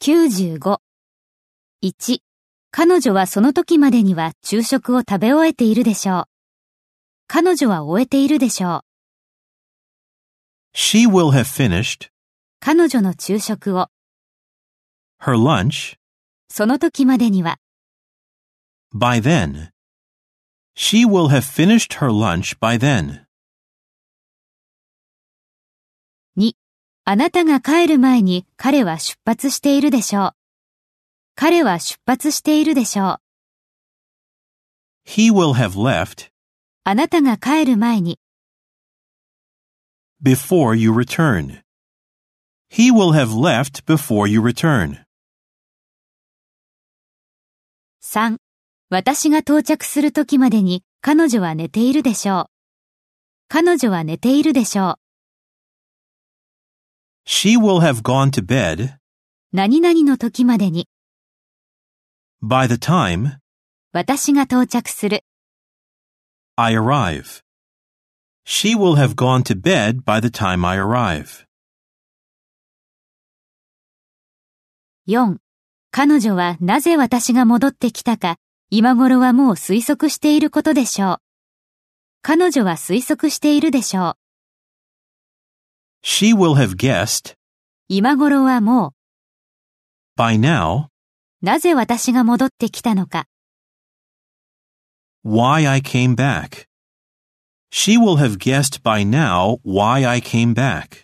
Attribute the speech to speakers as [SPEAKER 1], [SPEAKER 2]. [SPEAKER 1] 95。1、彼女はその時までには昼食を食べ終えているでしょう。彼女は終えているでしょう。
[SPEAKER 2] She will have finished
[SPEAKER 1] 彼女の昼食を、
[SPEAKER 2] her lunch
[SPEAKER 1] その時までには、
[SPEAKER 2] by then. She will have finished her lunch by then.
[SPEAKER 1] あなたが帰る前に彼は出発しているでしょう。彼は出発しているでしょう。
[SPEAKER 2] He will have left
[SPEAKER 1] あなたが帰る前に、
[SPEAKER 2] before you return. He will have left before you return.
[SPEAKER 1] 3、私が到着する時までに彼女は寝ているでしょう。彼女は寝ているでしょう。
[SPEAKER 2] She will have gone to bed
[SPEAKER 1] 何々の時までに、
[SPEAKER 2] by the time
[SPEAKER 1] 私が到着する。
[SPEAKER 2] I arrive. She will have gone to bed by the time I arrive.
[SPEAKER 1] 4. 彼女はなぜ私が戻ってきたか、今頃はもう推測していることでしょう。彼女は推測しているでしょう。
[SPEAKER 2] She will have guessed
[SPEAKER 1] 今頃はも
[SPEAKER 2] by now
[SPEAKER 1] う、なぜ私が戻ってきたのか。
[SPEAKER 2] why I came back. She will have guessed by now why I came back.